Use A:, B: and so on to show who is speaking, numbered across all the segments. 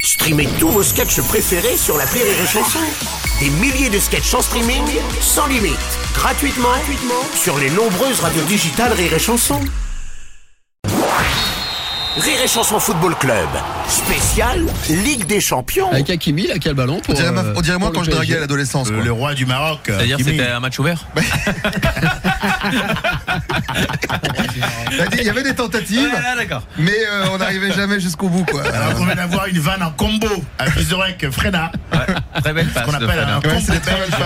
A: Streamez tous vos sketchs préférés sur la Rire et Chanson. Des milliers de sketchs en streaming, sans limite, gratuitement, gratuitement sur les nombreuses radios digitales Rire et Chanson. Rire et Chanson Football Club, spécial Ligue des Champions.
B: Avec Hakimi, là, qui a le ballon pour.
C: On dirait, ma-
B: euh,
C: on dirait moi
B: pour
C: quand
B: le
C: je draguais à
B: PSG.
C: l'adolescence.
D: Euh,
C: quoi.
D: le roi du Maroc.
E: C'est-à-dire
D: Hakimi.
E: c'était un match ouvert
C: T'as dit, Il y avait des tentatives,
E: d'accord.
C: mais euh, on n'arrivait jamais jusqu'au bout. Quoi.
D: Alors qu'on vient d'avoir une vanne en combo à Vizorek Freda,
E: Très belle passe.
D: qu'on
E: de
D: appelle
E: Fred,
D: un
E: hein.
D: combo
C: Ouais, c'est des très
D: belge.
C: belles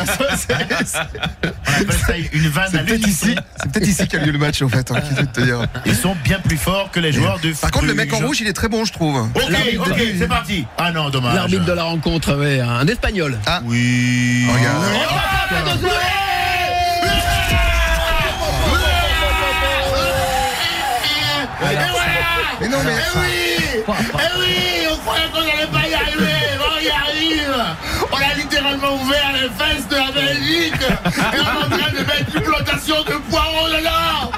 C: passes.
D: On appelle ça une vanne à
C: C'est peut-être
D: l'unisson.
C: ici, c'est peut-être ici qu'a lieu le match en fait. hein, qui veut te dire.
D: Ils sont bien plus forts que les joueurs de
C: Par contre, le mec en
D: du-
C: rouge, il est très bon, je trouve.
D: Ok,
B: L'arbitre
D: ok,
B: de-
D: c'est parti. Ah non, dommage.
B: L'arbitre de la rencontre avait un Espagnol.
C: Ah,
D: Oui.
C: Regarde.
D: Et voilà
C: Mais non, mais.
D: Eh oui Eh oui On croyait qu'on n'allait pas y arriver On y arrive On a littéralement ouvert les fesses de la Belgique Et on est en train de mettre une plantation de poireaux dedans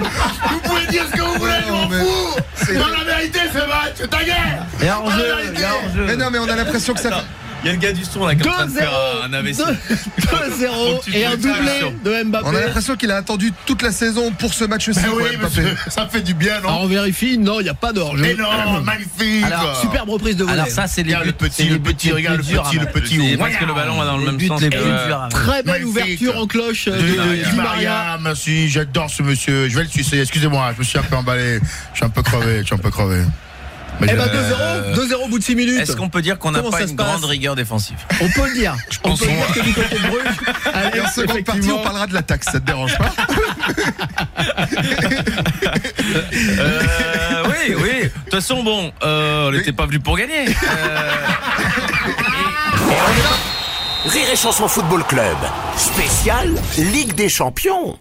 D: Vous pouvez dire ce que vous voulez, je
C: Non,
D: m'en
C: mais
D: fous
C: c'est-
D: Dans la vérité, c'est match Ta gueule
E: Et hors
D: Dans la
E: jeu,
D: vérité.
E: il y a hors jeu.
C: Mais non, mais on a l'impression que ça.
E: Attends, Il y a le gars du son là qui est en train de faire un- un AVC.
B: 2-0
E: Faut que
B: 2-0
E: tu
B: et un
E: fasses la
B: doublé
E: solution.
B: de
C: On a
B: Mbappé.
C: l'impression qu'il a attendu toute la saison pour ce match-ci.
D: Ben
C: quoi,
D: Eh oui,
C: Mbappé.
D: monsieur, ça fait du bien,
B: Alors
D: non
B: on vérifie, non, il n'y a pas d'orge.
D: Énorme, magnifique
B: Alors, superbe reprise de volet.
E: Alors ça c'est les
D: Regarde le
E: buts-
D: petit,
E: c'est
D: le
E: les buts
D: petit,
E: les
D: regarde
E: plus
D: le
E: durs à
D: petit, le
E: marquer.
D: petit,
E: Et
D: ouah.
E: Parce que le ballon va dans le même sens
B: les
E: que.
B: plus
E: euh,
B: Très belle
D: Magnifique.
B: ouverture en cloche euh, de,
D: De-
B: Di Maria.
D: merci, j'adore ce monsieur. Je vais le sucer, excusez-moi, je me suis un peu emballé. Je suis un peu crevé, je suis un peu crevé. Mais
B: Eh ben 2-0,
D: je-
B: 2-0 au bout de 6 minutes.
E: Est-ce qu'on peut dire qu'on n'a
B: Comment
E: pas
B: ça
E: une
B: se passe
E: grande rigueur défensive
B: On peut le dire. On
E: pense
B: peut le
E: qu'on-
B: dire que du côté de Bruges.
C: Et
B: Allez,
C: en seconde partie, on
B: effectivement.
C: parlera de la taxe, ça te dérange pas
E: Euh, oui, oui. De toute façon, bon, euh, on n'était pas venu pour gagner. Euh,
A: Rire et Chanson Football Club, spécial Ligue des Champions.